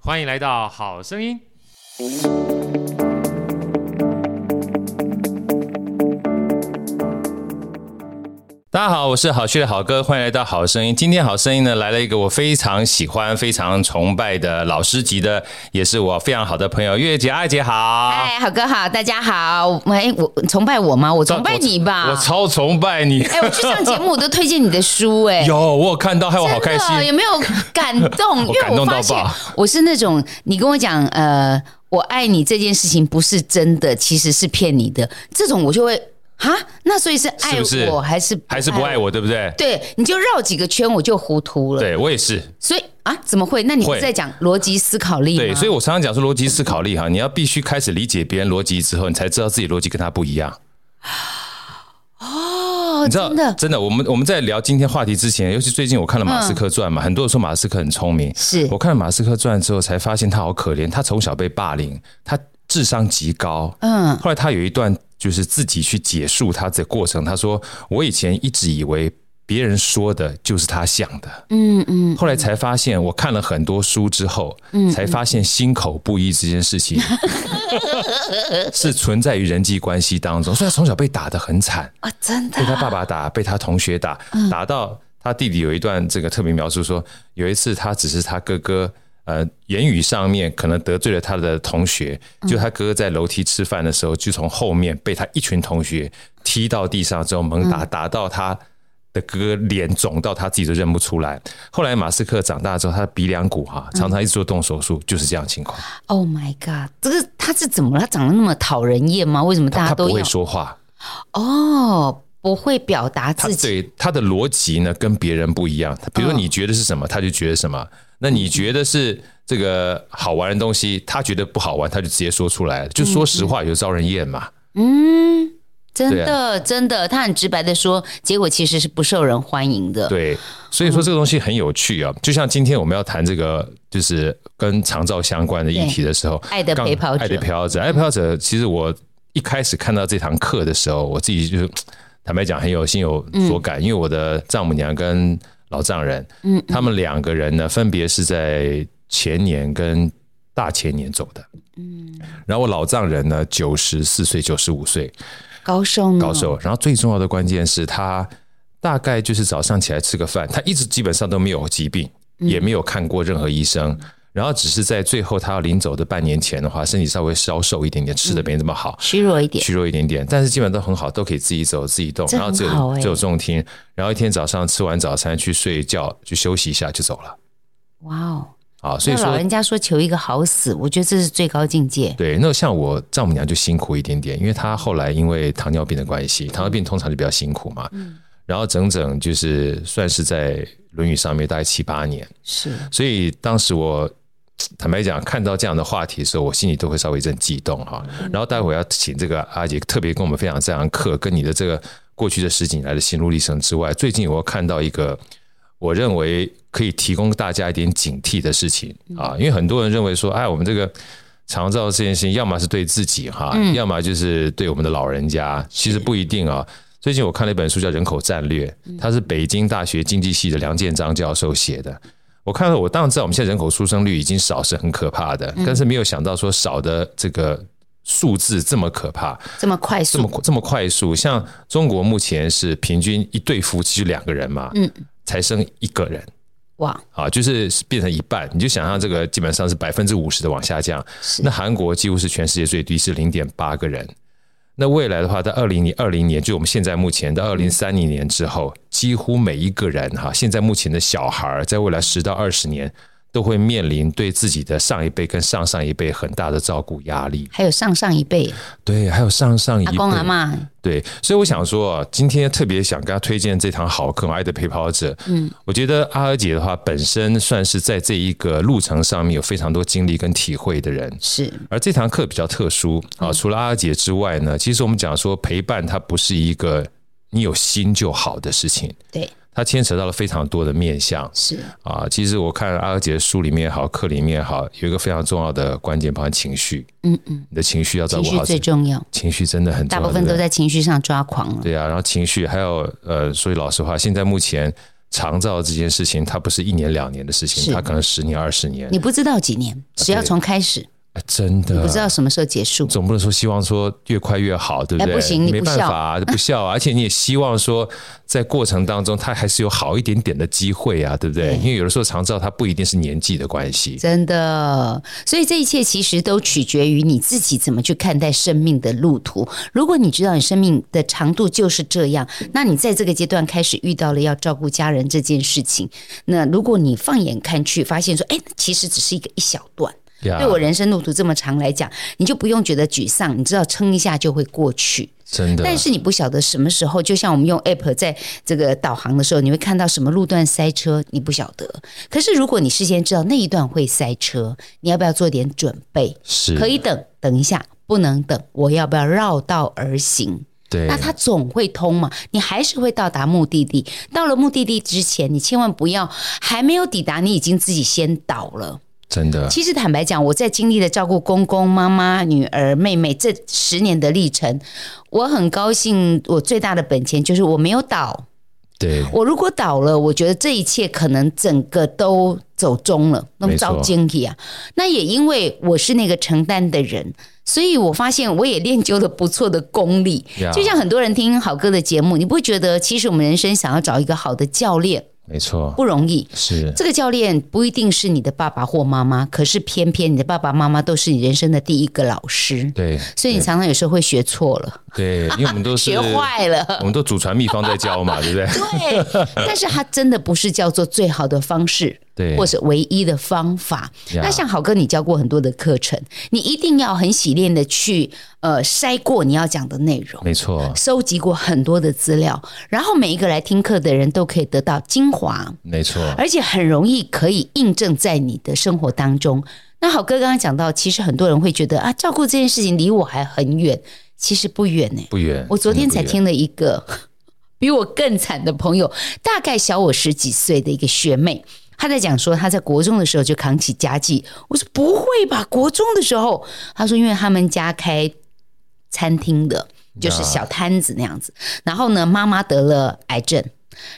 欢迎来到《好声音》。大家好，我是好趣的好哥，欢迎来到《好声音》。今天《好声音》呢，来了一个我非常喜欢、非常崇拜的老师级的，也是我非常好的朋友月姐、爱姐好。哎，好哥好，大家好。哎，我崇拜我吗？我崇拜你吧。我超崇拜你。哎，我去上节目我都推荐你的书、哎， 有，我有看到，害我好开心真的。有没有感 动？因我为感动我到发现爆我是那种你跟我讲，呃，我爱你这件事情不是真的，其实是骗你的，这种我就会啊，那所以是爱是我不是还是还是不爱我？我，对不对？对，你就绕几个圈，我就糊涂了。对我也是。所以啊，怎么会？那你不会是在讲逻辑思考力吗？对，所以我常常讲说逻辑思考力哈，你要必须开始理解别人逻辑之后，你才知道自己逻辑跟他不一样。哦，你知道真的真的，我们我们在聊今天话题之前，尤其最近我看了马嗯斯克传嘛，很多人说马斯克很聪明，是我看了马斯克传之后才发现他好可怜，他从小被霸凌，他智商极高，嗯，后来他有一段就是自己去解述他的过程，他说我以前一直以为。别人说的就是他想的，嗯嗯。后来才发现，我看了很多书之后，才发现心口不一这件事 情是存在于人际关系当中。所以他从小被打得很惨，啊，真的被他爸爸打，被他同学打，打到他弟弟有一段这个特别描述说，有一次他只是他哥哥。呃，言语上面可能得罪了他的同学，就他哥哥在楼梯吃饭的时候，就从后面被他一群同学踢到地上之后猛打，打到他的哥哥脸肿到他自己都认不出来。后来马斯克长大之后，他的鼻梁骨哈、常常一直做动手术，就是这样的情况。 ！Oh my god，这个他是怎么了？他长得那么讨人厌吗？为什么大他家不都会要？说话，哦，不会表达他自己。嗯对他的逻辑呢跟别人不一样。比如说你觉得是什么，他就觉得什么。那你觉得是这个好玩的东西，他觉得不好玩，他就直接说出来了。就说实话，有时候招人厌嘛。嗯，真对啊的、真的，他很直白的说，结果其实是不受人欢迎的。对，所以说这个东西很有趣啊。就像今天我们要谈这个，就是跟长照相关的议题的时候，爱的陪跑者爱的陪跑者，爱的陪跑者。其实我一开始看到这堂课的时候，我自己就是坦白讲很有心有所感，因为我的丈母娘跟老丈人，嗯，他们两个人呢，分别是在前年跟大前年走的，嗯，然后我老丈人呢，九十四岁、九十五岁，高啊寿呢？高手。然后最重要的关键是他大概就是早上起来吃个饭，他一直基本上都没有疾病，嗯也没有看过任何医生。然后只是在最后他要临走的半年前的话，身体稍微消瘦一点点，吃的没那么好，虚弱一点。虚弱一点点，但是基本上都很好，都可以自己走、自己动，这然很后只有嗯好欸只有重听，然后一天早上吃完早餐去睡觉，去休息一下就走了哇哦！啊。所以那老说，人家说求一个好死，我觉得这是最高境界。对，那像我丈母娘就辛苦一点点，因为她后来因为糖尿病的关系，糖尿病通常就比较辛苦嘛。然后整整就是算是在轮椅上面大概七八年，是所以当时我坦白讲，看到这样的话题的时候，我心里都会稍微一阵激动哈。然后待会要请这个阿姐特别跟我们分享这堂课，跟你的这个过去这十几年来的心路历程之外，最近我又看到一个我认为可以提供大家一点警惕的事情啊，因为很多人认为说，哎，我们这个。长照这件事情，要么是对自己哈，要么就是对我们的老人家，其实不一定啊。最近我看了一本书叫《人口战略》，它是北京大学经济系的梁建章教授写的。我看到，我当然知道我们现在人口出生率已经少是很可怕的，但是没有想到说少的这个数字这么可怕，这么快这速，么这么快速。像中国目前是平均一对夫妻就两个人嘛，嗯，才生一个人。哇，啊，就是变成一半，你就想象这个基本上是百分之五十的往下降。那韩国几乎是全世界最低，是零点八个人。那未来的话，在二零零二零年，就我们现在目前到二零三零年之后，几乎每一个人哈、现在目前的小孩儿，在未来十到二十年。都会面临对自己的上一辈跟上上一辈很大的照顾压力。还有上上一辈，对，还有上上一阿辈，公阿妈，对，所以我想说啊，今天特别想跟他推荐这堂好课《爱的陪跑者》。嗯，我觉得阿尔姐的话，本身算是在这一个路程上面有非常多经历跟体会的人。是而这堂课比较特殊嗯啊，除了阿尔姐之外呢，其实我们讲说陪伴，它不是一个你有心就好的事情，对，它牵扯到了非常多的面向。是啊，其实我看阿尔姐的书里面也好，课里面也好，有一个非常重要的关键，包含情绪。嗯嗯，你的情绪要照情顾绪好自最己，重要，情绪真的很重大要。部分对不都对在情绪上抓狂了。对啊，然后情绪还有呃，说句老实话，现在目前长照这件事情，它不是一年两年的事是情，它可能十年二十年，你不知道几年，只要从开始，哎真的不知道什么时候结束。总不能说希望说越快越好，对不哎对？不行你没不办孝法、啊，不孝啊！而且你也希望说，在过程当中，他还是有好一点点的机会啊，对不对？对因为有的时候长照它不一定是年纪的关系，真的，所以这一切其实都取决于你自己怎么去看待生命的路途。如果你知道你生命的长度就是这样，那你在这个阶段开始遇到了要照顾家人这件事情，那如果你放眼看去，发现说，哎，其实只是一个一小段。呀对我人生路途这么长来讲，你就不用觉得沮丧，你知道撑一下就会过去。真的。但是你不晓得什么时候，就像我们用 app 在这个导航的时候，你会看到什么路段塞车，你不晓得。可是如果你事先知道那一段会塞车，你要不要做点准备？是可以等，等一下。不能等，我要不要绕道而行？对，那它总会通嘛，你还是会到达目的地。到了目的地之前，你千万不要还没有抵达，你已经自己先倒了。真的其实坦白讲，我在经历了照顾公公、妈妈、女儿、妹妹这十年的历程，我很高兴。我最大的本钱就是我没有倒。对，我如果倒了，我觉得这一切可能整个都走中了，那么没错遭惊喜啊！那也因为我是那个承担的人，所以我发现我也练就了不错的功力。呀就像很多人听好歌的节目，你不觉得其实我们人生想要找一个好的教练没错，不容易？是这个教练不一定是你的爸爸或妈妈，可是偏偏你的爸爸妈妈都是你人生的第一个老师，对所以你常常有时候会学错了，对，因为我们都是学坏了。我们都祖传秘方在教嘛， 对不 对？对，但是它真的不是叫做最好的方式，对或者唯一的方法。呀那像好哥，你教过很多的课程，你一定要很洗练的去呃筛过你要讲的内容。没错，收集过很多的资料，然后每一个来听课的人都可以得到精华。没错，而且很容易可以印证在你的生活当中。那好哥刚刚讲到，其实很多人会觉得啊，照顾这件事情离我还很远，其实不远欸呢、不远。我昨天才真的不远听了一个 比我更惨的朋友，大概小我十几岁的一个学妹，她在讲说她在国中的时候就扛起家计。我说不会吧，国中的时候，她说因为他们家开餐厅的，就是小摊子那样子。然后呢，妈妈得了癌症，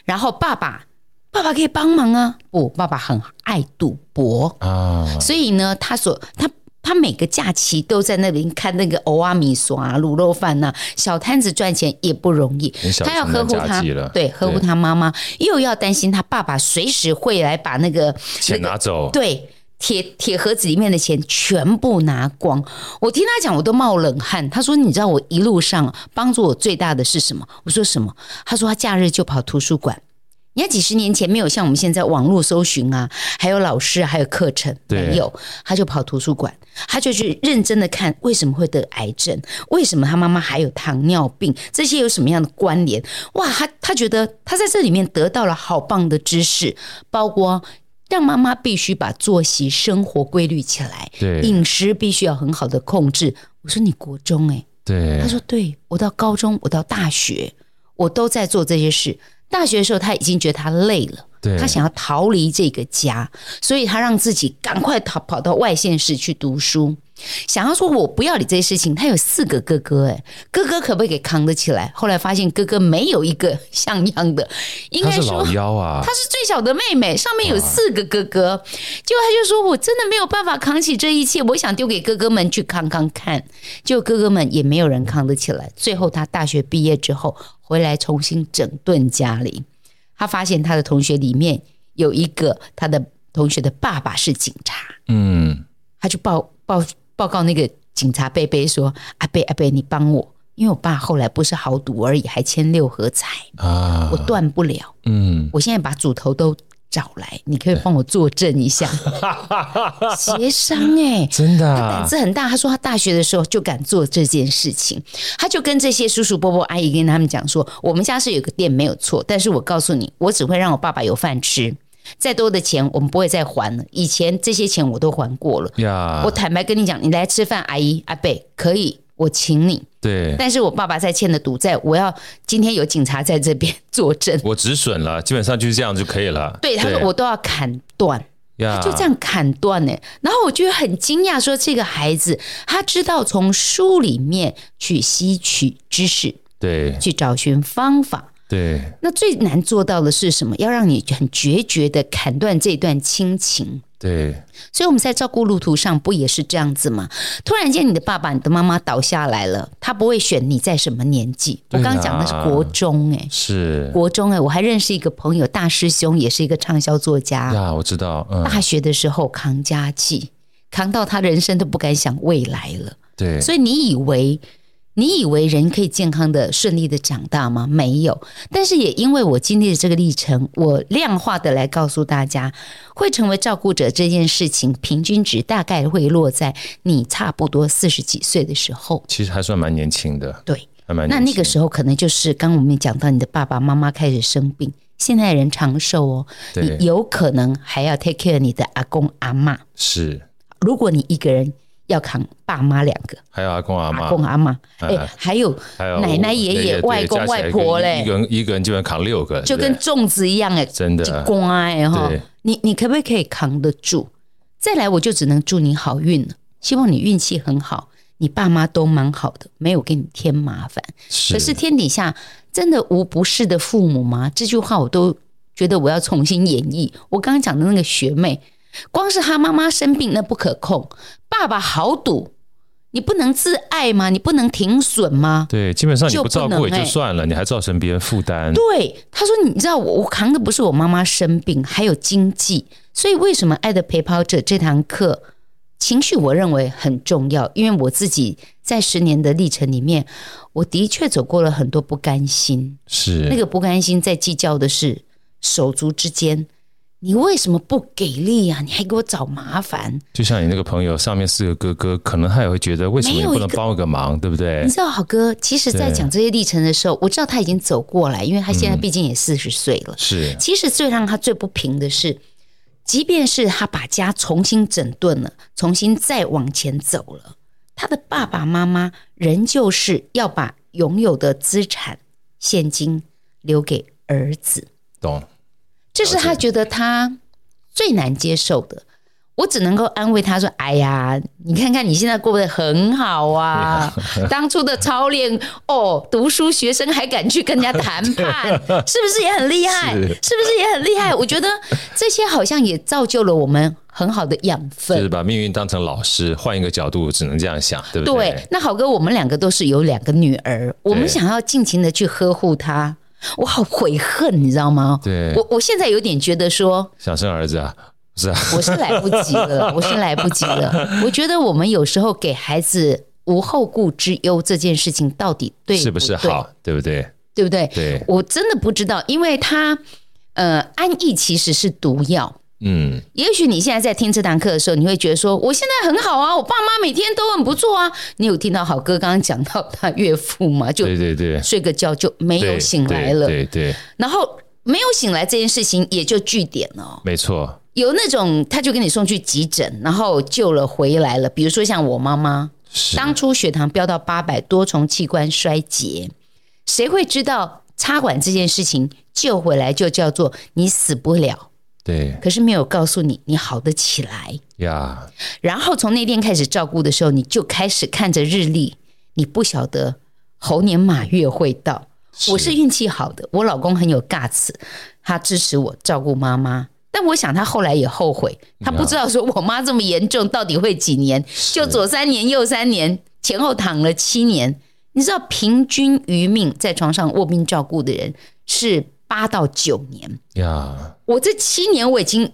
然后爸爸爸爸可以帮忙啊，不，爸爸很爱赌博。啊，所以呢，他所他他每个假期都在那边看那个欧阿米索啊、卤肉饭呐、小摊子赚钱也不容易很，小他要呵护承担他家计了，对，呵护对他妈妈，又要担心他爸爸随时会来把那个钱拿走，对。铁铁盒子里面的钱全部拿光，我听他讲我都冒冷汗。他说：“你知道我一路上帮助我最大的是什么？”我说：“什么？”他说：“他假日就跑图书馆。你看几十年前没有像我们现在网络搜寻啊，还有老师，还有课程，对没有，他就跑图书馆，他就去认真的看为什么会得癌症，为什么他妈妈还有糖尿病，这些有什么样的关联？哇，他他觉得他在这里面得到了好棒的知识，包括让妈妈必须把作息生活规律起来，对饮食必须要很好的控制。我说你国中哎、对他，说对我到高中，我到大学，我都在做这些事。大学的时候他已经觉得他累了。对他想要逃离这个家，所以他让自己赶快逃跑到外县市去读书。想要说我不要理这些事情，他有四个哥哥、哎，哥哥可不可以给扛得起来？后来发现哥哥没有一个像样的，应他该是说老幺啊她，是最小的妹妹，上面有四个哥哥，结果她就说：“我真的没有办法扛起这一切，我想丢给哥哥们去扛扛看。”结果哥哥们也没有人扛得起来。最后她大学毕业之后回来重新整顿家里，她发现她的同学里面有一个她的同学的爸爸是警察，嗯，她就报报报告那个警察贝贝说：“阿贝阿贝，你帮我，因为我爸后来不是豪赌而已，还签六合彩，啊我，断不了。”嗯，我现在把主头都找来，你可以帮我作证一下。协商哎、真的他啊、胆子很大，他说他大学的时候就敢做这件事情，他就跟这些叔叔伯伯阿姨跟他们讲说，我们家是有个店没有错，但是我告诉你，我只会让我爸爸有饭吃，再多的钱我们不会再还了。以前这些钱我都还过了，呀我，坦白跟你讲，你来吃饭，阿姨阿伯可以，我请你，对但是我爸爸在欠的赌债，我要今天有警察在这边 作证，我止损了，基本上就是这样就可以了。对他说我都要砍断。呀，就这样砍断呢、然后我就很惊讶，说这个孩子他知道从书里面去吸取知识，对去找寻方法。对那最难做到的是什么？要让你很决绝的砍断这段亲情。对所以我们在照顾路途上不也是这样子吗？突然间，你的爸爸、你的妈妈倒下来了，他不会选你在什么年纪。我对啊刚刚讲的是国中、哎，是国中哎、我还认识一个朋友，大师兄也是一个畅销作家。呀，我知道，嗯，大学的时候扛家计，扛到他人生都不敢想未来了。对所以你以为你以为人可以健康的、顺利的长大吗？没有。但是也因为我经历了这个历程，我量化的来告诉大家，会成为照顾者这件事情，平均值大概会落在你差不多四十几岁的时候。其实还算蛮年轻的，对，还蛮那年那个轻时候可能就是刚我们讲到你的爸爸妈妈开始生病，现在人长寿哦，对你有可能还要 take care 你的阿公阿妈。是如果你一个人要扛爸妈两个，还有阿公阿阿妈，公阿妈，哎、哎还有还有奶奶爷爷对外公加起来外婆一个嘞一个人一个人基本上扛六个，就跟对粽子一样、哎，真的就乖哈、对你你可不可以扛得住？再来，我就只能祝你好运了，希望你运气很好，你爸妈都蛮好的，没有给你添麻烦。可是是天底下真的无不是的父母吗？这句话我都觉得我要重新演绎。我刚刚讲的那个学妹，光是她妈妈生病那不可控，爸爸豪赌，你不能自爱吗？你不能停损吗？对，基本上你就不不照能顾也哎就算了，你还造成别人负担，对，他说：“你知道我我扛的不是我妈妈生病，还有经济，所以为什么《爱的陪跑者》这堂课情绪我认为很重要？因为我自己在十年的历程里面，我的确走过了很多不甘心，是那个不甘心在计较的是手足之间，你为什么不给力呀、你还给我找麻烦？就像你那个朋友上面四个哥哥，可能他也会觉得为什么没你有不一能个帮我个忙，对不对你？知道，好哥，其实在对讲这些历程的时候，我知道他已经走过来，因为他现在毕竟也四十岁了。是其实最让他最不平的是，即便是他把家重新整顿了，重新再往前走了，他的爸爸妈妈仍旧是要把拥有的资产现金留给儿子，懂，这是他觉得他最难接受的。我只能够安慰他说：“哎呀，你看看你现在过得很好啊，当初的操练哦，读书学生还敢去跟人家谈 判，是不是也很厉害？是是不是也很厉害？我觉得这些好像也造就了我们很好的养就分。是把命运当成老师，换一个角度只能这样想，对不对？对，那好哥，我们两个都是有两个女儿，我们对想要尽情的去呵护她。我好悔恨，你知道吗？对我我现在有点觉得说，想生儿子啊，不是啊，我是来不及了，我是来不及了。我觉得我们有时候给孩子无后顾之忧这件事情，到底对是不是对？好，对不对？对不对？对，我真的不知道，因为他呃，安逸其实是毒药。嗯，也许你现在在听这堂课的时候，你会觉得说，我现在很好啊，我爸妈每天都很不错啊。你有听到好哥刚刚讲到他岳父吗？就对对对，睡个觉就没有对醒来了，对对对，然后没有醒来这件事情也就据点了哦。没错，有那种他就给你送去急诊，然后救了回来了。比如说像我妈妈，是当初血糖飙到八百，多重器官衰竭，谁会知道插管这件事情救回来就叫做你死不了，对可是没有告诉你你好得起来。呀，然后从那天开始照顾的时候，你就开始看着日历，你不晓得猴年马月会到。我是运气好的，我老公很有 guts，他支持我照顾妈妈。但我想他后来也后悔，他不知道说我妈这么严重到底会几年，就左三年右三年，前后躺了七年。你知道平均余命在床上卧病照顾的人是八到九年，呀，我这七年我已经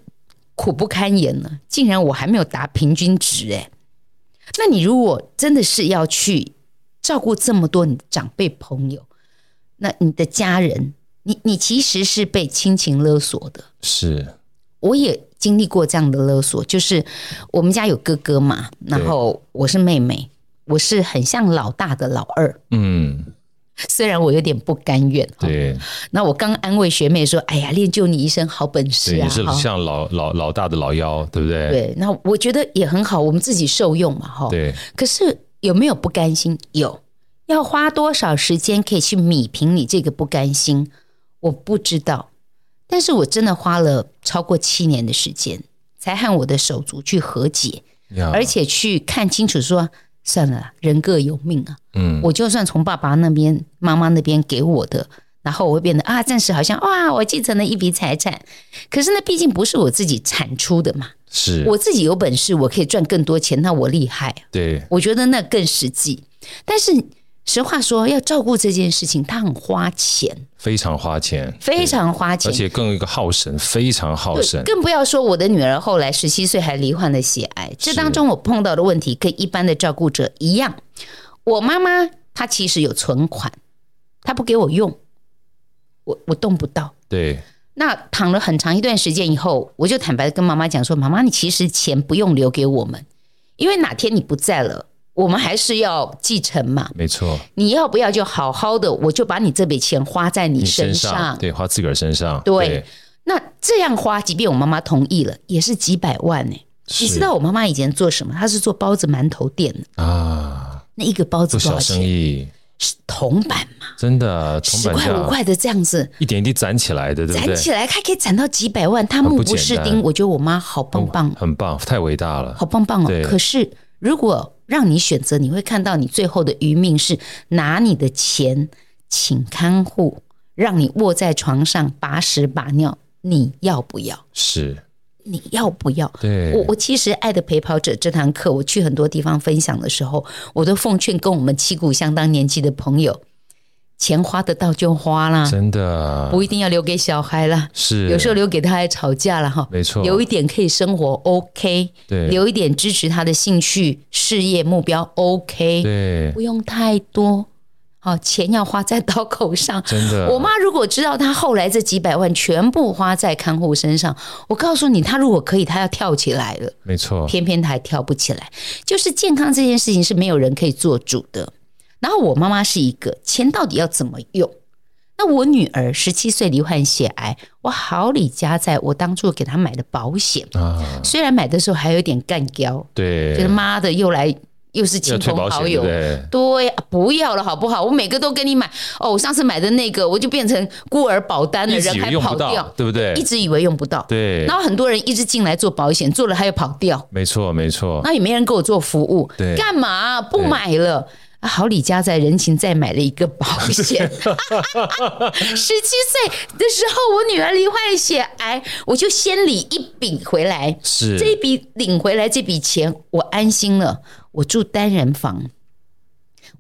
苦不堪言了，竟然我还没有达平均值哎、那你如果真的是要去照顾这么多你的长辈朋友，那你的家人，你你其实是被亲情勒索的。是我也经历过这样的勒索，就是我们家有哥哥嘛，然后我是妹妹，我是很像老大的老二，嗯，虽然我有点不甘愿。对，那我刚安慰学妹说：“哎呀，练就你一身好本事对，啊！”你是哈像老老老大的老幺，对不对？对，那我觉得也很好，我们自己受用嘛，哈。对，可是有没有不甘心？有，要花多少时间可以去米平你这个不甘心？我不知道，但是我真的花了超过七年的时间，才和我的手足去和解，呀而且去看清楚说，算了啦，人各有命啊。嗯，我就算从爸爸那边、妈妈那边给我的，然后我会变得啊，暂时好像哇，我继承了一笔财产，可是那毕竟不是我自己产出的嘛，是，我自己有本事，我可以赚更多钱，那我厉害啊，对，我觉得那更实际。但是实话说，要照顾这件事情，它很花钱，非常花钱，非常花而钱。且更有一个耗神，非常耗对，神，更不要说我的女儿后来十七岁还罹患了血癌，这是当中我碰到的问题跟一般的照顾者一样。我妈妈她其实有存款，她不给我用，我我动不到。对，那躺了很长一段时间以后，我就坦白地跟妈妈讲说：“妈妈，你其实钱不用留给我们，因为哪天你不在了，我们还是要继承嘛。没错，你要不要就好好的，我就把你这笔钱花在你你身身上。对，花自个儿身上，对那这样花，即便我妈妈同意了，也是几百万呢、你知道我妈妈以前做什么？她是做包子馒头店的，啊，那一个包子做小多少生钱？意，铜板嘛，真的，铜十板块五价块的这样子一点一滴攒起来的，对不攒对？起来，还可以攒到几百万。她目不识很不简丁，单我觉得我妈好棒棒，哦很棒，太伟大了，好棒棒哦对。可是如果让你选择，你会看到你最后的余命是拿你的钱请看护，让你卧在床上把屎把尿，你要不要？是，你要不要？对，我我其实《爱的陪跑者》这堂课，我去很多地方分享的时候，我都奉劝跟我们旗鼓相当年纪的朋友，钱花得到就花啦，真的不一定要留给小孩啦。是，有时候留给他还吵架了哈，没错留一点可以生活 OK，对留一点支持他的兴趣、事业目标 OK，对，不用太多。好，钱要花在刀口上，真的，我妈如果知道她后来这几百万全部花在看护身上，我告诉你，她如果可以，她要跳起来了，没错，偏偏她还跳不起来。就是健康这件事情是没有人可以做主的。然后我妈妈是一个钱到底要怎么用？那我女儿十七岁罹患血癌，我好李家在我当初给她买的保险，啊，虽然买的时候还有点干胶，觉对得，妈的又来又是要亲推朋保险，好对友不，对？对、啊，不要了好不好？我每个都给你买哦，我上次买的那个，我就变成孤儿保单了，一直人以为还用跑不到掉，，对不对一？直以为用不到。对然，后很多人一直进来做保险，做了还有跑掉，没错，没错，那也没人给我做服务，对干嘛不买了？啊好，李家在人情再买了一个保 险。十七岁的时候，我女儿罹患血癌，我就先理一笔回来，是这一笔领回来这笔钱，我安心了。我住单人房，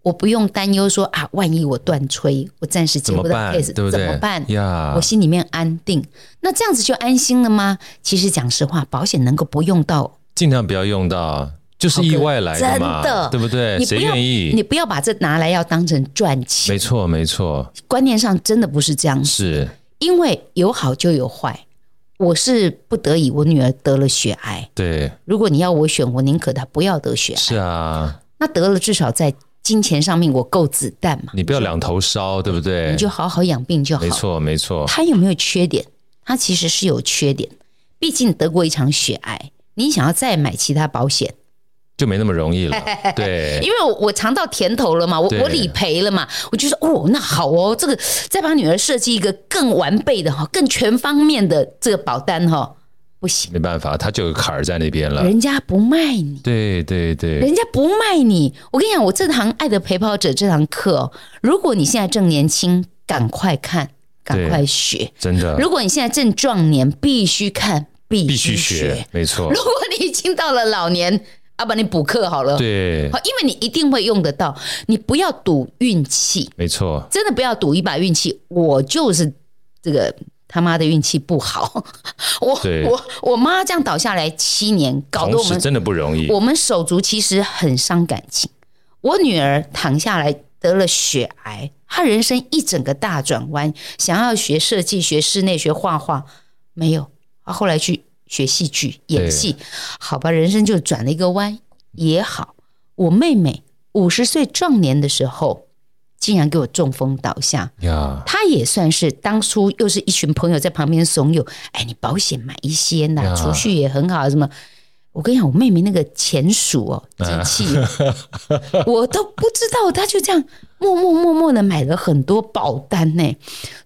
我不用担忧说啊，万一我断炊，我暂时接怎么不到办？ case，对不对？怎么办？呀我？心里面安定，那这样子就安心了吗？其实讲实话，保险能够不用到，尽量不要用到，就是意外来的嘛，真的对不对？你不哎谁要愿你意？不要把这拿来要当成赚没钱，错，没错，观念上真的不是这样子，是因为有好就有坏。我是不得已，我女儿得了血癌。对，如果你要我选，我宁可她不要得血癌。是啊，那得了，至少在金钱上面我够子弹嘛，你不要两头烧，对不对你？就好好养病就好没。错，没错，他有没有缺点？他其实是有缺点，毕竟得过一场血癌，你想要再买其他保险，就没那么容易 了。对，因为我我尝到甜头了嘛，我对我理赔了嘛，我就说哦，那好哦，这个再帮女儿设计一个更完备的哈，更全方面的这个保单哈，不行，没办法，他就有个坎儿在那边嗯了。人家不卖你。对对对，人家不卖你。我跟你讲，我这堂《爱的陪跑者》这堂课哦，如果你现在正年轻，赶快看，赶快学；真的如果你现在正壮年，必须看，必必须须学，哦没错如，果你已经到了老年，啊，不，你补课好了，哦对，好，因为你一定会用得到。你不要赌运气，没错，真的不要赌一把运气。我就是这个。他妈的运气不好，我对我我妈这样倒下来七年，搞得同我时们真的不容易。我们手足其实很伤感情。我女儿躺下来得了血癌，她人生一整个啊大转弯，想要学设计、学室内、学画画，没有。她后来去学戏剧、演戏，好吧，人生就转了一个弯也好。我妹妹五十岁壮年的时候，竟然给我中风倒下，呀，她也算是当初又是一群朋友在旁边怂恿，哎，你保险买一些呐，呀储蓄也很好啊，什么。我跟你讲，我妹妹那个钱数哦，机器我都不知道，她就这样默默默默的买了很多保单呢。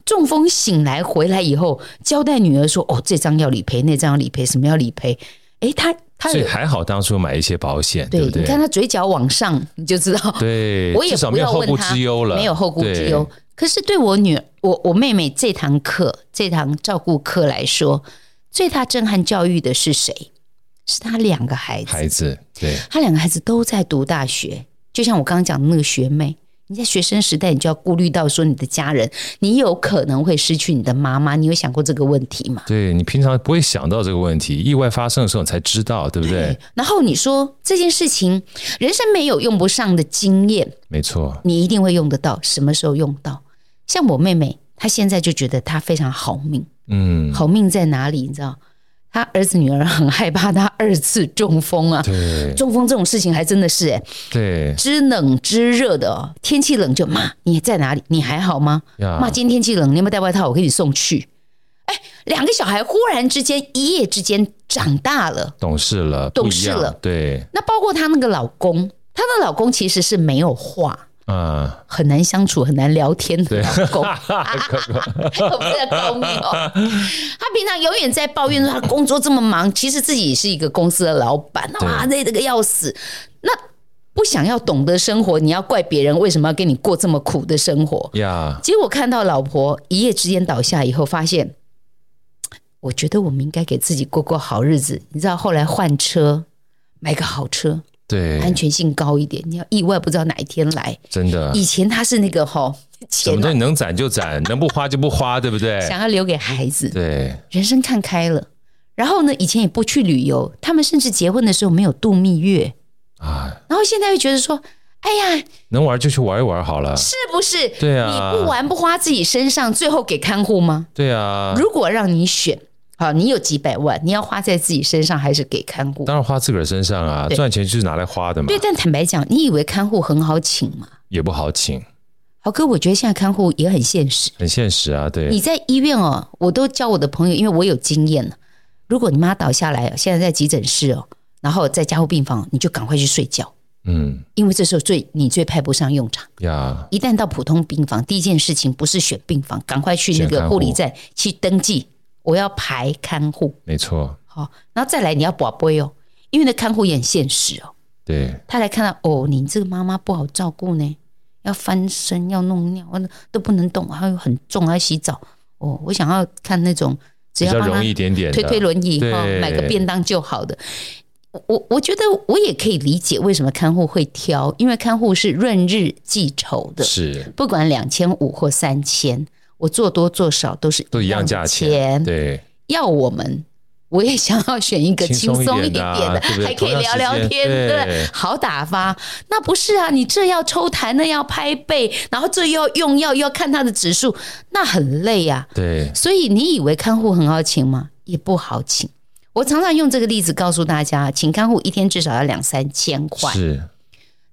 中风醒来回来以后，交代女儿说：“哦，这张要理赔，那张要理赔，什么要理赔？”哎，她她所以有还好当初买一些保险，对对，不你看对？她嘴角往上，你就知道对，我也至少不没有要后问顾他，之忧了，没有后顾之忧对。。可是对我女儿，我我妹妹这堂课，这堂照顾课来说，最大震撼教育的是谁？是她两个孩子，孩子，对，她两个孩子都在读大学。就像我刚刚讲的那个学妹，你在学生时代，你就要顾虑到说你的家人，你有可能会失去你的妈妈，你有想过这个问题吗？对你平常不会想到这个问题，意外发生的时候你才知道，对不对？然后你说这件事情，人生没有用不上的经验，没错，你一定会用得到，什么时候用到？像我妹妹，她现在就觉得她非常好命，嗯，好命在哪里？你知道，她儿子女儿很害怕她二次中风啊。对中风这种事情还真的是、欸，对知冷知热的哦。天气冷就骂你在哪里？你还好吗？呀骂，今天天气冷，你有没有带外套？我给你送去。哎，两个小孩忽然之间一夜之间长大了。懂事了，懂不一事样了对那包括她那个老公，她的老公其实是没有话， 啊，很难相处、很难聊天的老公。我不是在告密哦。 他平常永远在抱怨说他工作这么忙，其实自己也是一个公司的老板，哇，累得个要死。那不想要懂得生活，你要怪别人为什么要给你过这么苦的生活？呀，结果看到老婆一夜之间倒下以后，发现，我觉得我们应该给自己过过好日子。你知道后来换车，买个好车，对，安全性高一点。你要意外不知道哪一天来。真的，以前他是那个吼什钱啊么啊东西能攒就攒，能不花就不花，对不对？想要留给孩子，对，人生看开了。然后呢，以前也不去旅游，他们甚至结婚的时候没有度蜜月，啊，然后现在又觉得说，哎呀，能玩就去玩一玩好了。是不是？对啊你不玩不花自己身上，最后给看护吗？对啊，如果让你选，好，你有几百万，你要花在自己身上还是给看护？当然花自个儿身上啊，对赚钱就是拿来花的嘛对，，但坦白讲，你以为看护很好请吗？也不好请，好，哥，我觉得现在看护也很现实。很现实啊。对，你在医院哦，我都教我的朋友，因为我有经验了。如果你妈倒下来，哦现在在急诊室哦，然后在加护病房，你就赶快去睡觉。嗯因为这时候最你最派不上用场。呀，一旦到普通病房，第一件事情不是选病房，赶快去那选个看护护理站去登记，我要排看护。没错，好、然后再来你要保杯哦，因为那看护也很现实哦，对，他来看到哦，你这个妈妈不好照顾呢，要翻身，要弄尿，都不能动，还有很重，还要洗澡。哦，我想要看那种只比要较帮容他易一点点的，推推轮椅哈，对买个便当就好的。我我我觉得我也可以理解为什么看护会挑，因为看护是润日记酬的，是不管两千五或三千，我做多做少都是都一样样的价钱。对，要我们，我也想要选一个轻松轻松一一点的，点的啊对不对还可以同样聊时间聊天，对对，好打发。那不是啊，你这要抽痰，那要拍背，然后这又要用药，又要看他的指数，那很累啊呀、对，所以你以为看护很好请吗？也不好请。我常常用这个例子告诉大家，请看护一天至少要两三千块。是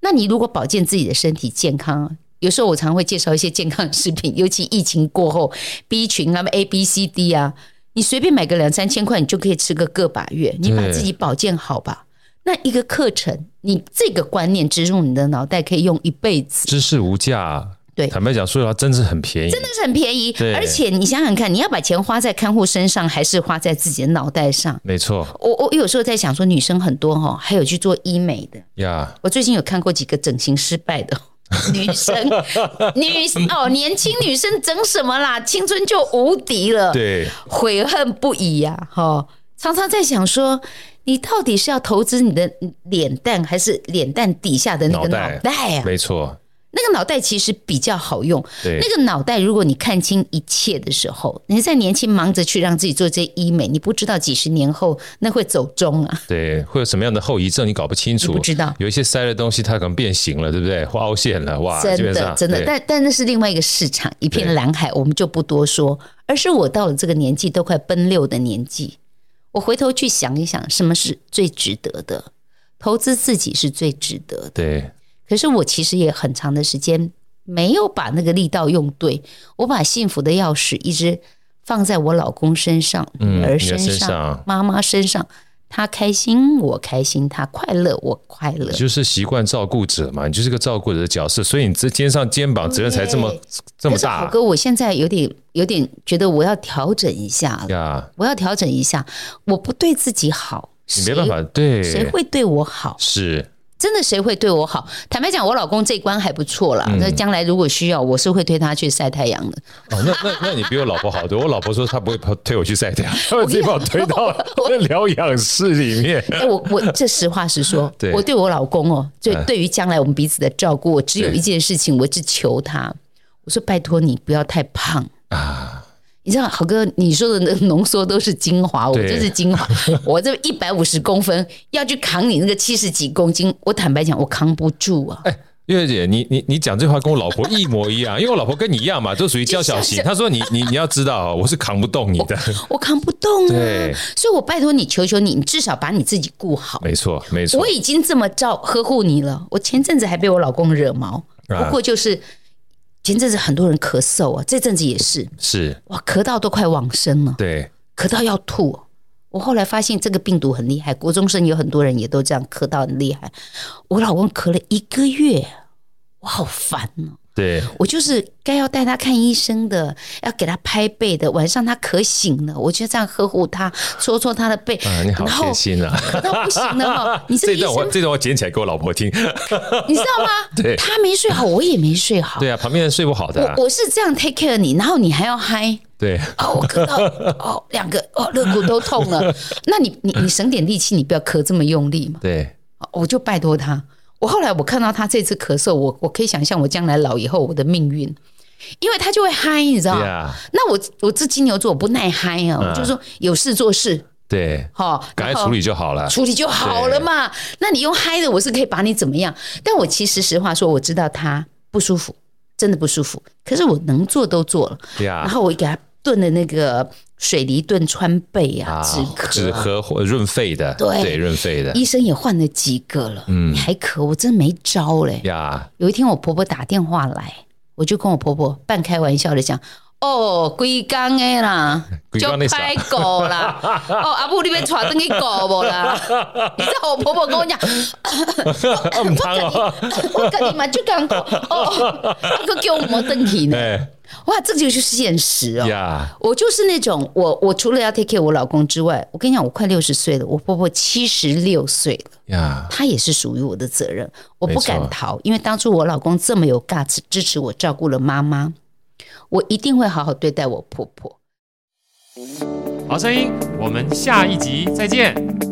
那你如果保健自己的身体健康，有时候我常会介绍一些健康食品，尤其疫情过后，B 群啊、A、B、C、D 啊，你随便买个两三千块，你就可以吃个个把月，你把自己保健好吧。那一个课程，你这个观念植入你的脑袋，可以用一辈子，知识无价。对坦白讲，说实话，真是很便宜，真的是很便宜对。而且你想想看，你要把钱花在看护身上，还是花在自己的脑袋上？没错我我有时候在想说，女生很多哈、还有去做医美的。呀，我最近有看过几个整形失败的 女生，女哦，年轻女生整什么啦？青春就无敌了，对，悔恨不已呀、哈、常常在想说，你到底是要投资你的脸蛋，还是脸蛋底下的那个脑袋脑袋呀、啊？没错，那个脑袋其实比较好用。对那个脑袋，如果你看清一切的时候，你在年轻忙着去让自己做这些医美，你不知道几十年后那会走钟啊。对，会有什么样的后遗症，你搞不清楚，你不知道有一些塞的东西，它可能变形了，对不对？或凹陷了，哇，基真本的上真的，对但但那是另外一个市场，一片蓝海，我们就不多说。而是我到了这个年纪，都快奔六的年纪，我回头去想一想，什么是最值得的？投资自己是最值得的。对，可是我其实也很长的时间没有把那个力道用对，我把幸福的钥匙一直放在我老公身上、嗯女儿女儿身身上、上妈妈身上，她开心我开心，她快乐我快乐你。就是习惯照顾者嘛，你就是个照顾者的角色，所以你这肩上肩膀责任才这么对这么可是好大啊哥，我现在有点有点觉得我要调整一下了，呀，我要调整一下，我不对自己好，你没办法，对，谁，谁会对我好？是真的谁会对我好？坦白讲，我老公这一关还不错啦。嗯那、将来如果需要，我是会推他去晒太阳的。哦，那那那你比我老婆好多，我老婆说她不会推我去晒 太阳，她会自己把我推到疗养室里面，哎、我我这实话实说 对，我对我老公哦，就嗯对于将来我们彼此的照顾，我只有对一件事情，我只求他，我说拜托你不要太胖啊。你知道，好哥，你说的那个浓缩都是精华，我对就是 精华。我这一百五十公分要去扛你那个七十几公斤，我坦白讲，我扛不住啊。哎，月姐，你你你讲这话跟我老婆一模一样，因为我老婆跟你一样嘛，都属于娇小型。她说你你你要知道，我是扛不动你 的。我扛不动啊对。所以我拜托你，求求你，你至少把你自己顾好。没错，没错我，已经这么照呵护你了。我前阵子还被我老公惹毛，啊不过就是前阵子很多人咳嗽啊，这阵子也是，是哇，咳到都快往生了，对，咳到要吐。哦我后来发现这个病毒很厉害，国中生有很多人也都这样咳到很厉害。我老公咳了一个月，我好烦哦、对，我就是该要带他看医生的，要给他拍背的。晚上他咳醒了，我就这样呵护他，搓搓他的背，啊，你好然后贴心啊！咳到不行了哈，你这个这医段生我这段我捡起来给我老婆听。你知道吗？ 对他没睡好，我也没睡 好。对啊，旁边人睡不好的啊，我我是这样 take care 你，然后你还要嗨对，哦，我 咳到哦两个哦肋骨都痛了，那你你你省点力气，你不要咳这么用力嘛。对，哦我就拜托他。我后来我看到他这次咳嗽，我我可以想象我将来老以后我的命运，因为他就会嗨，你知道对吗？啊，那我我这金牛座我不耐嗨啊，我就说有事做事对，哈，嗯赶然快后处理就好了。处理就好了嘛。那你用嗨的，我是可以把你怎么样？但我其实实话说，我知道他不舒服，真的不舒服。可是我能做都做了，对然啊，后我给他炖的那个水泥炖川贝啊，啊止咳啊，止咳或润肺的，对对，润肺的医生也换了几个了，嗯你还咳，我真没招嘞。 呀，有一天我婆婆打电话来，我就跟我婆婆半开玩笑的讲。哦，规工 的啦，规就工的啥拍狗啦。 哦，阿母你要带登去狗无啦？你知道我婆婆跟 我讲，唔汤哦，我跟你嘛就讲过，哦，个叫我摩登体 呢，哎哇，这就是现实哦。呀，我就是那种，我我除了要 take care 我老公之外，我跟你讲，我快六十岁了，我婆婆七十六岁了，呀，她也是属于我的责任，我不没敢错逃，因为当初我老公这么有 guts 支持我照顾了妈妈，我一定会好好对待我婆婆。好声音，我们下一集再见。